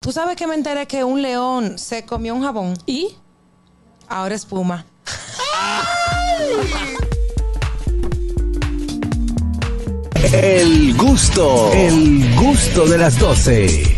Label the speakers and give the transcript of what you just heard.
Speaker 1: Tú sabes que me enteré que un león se comió un jabón.
Speaker 2: ¿Y?
Speaker 1: Ahora es puma.
Speaker 3: El gusto, el gusto de las doce.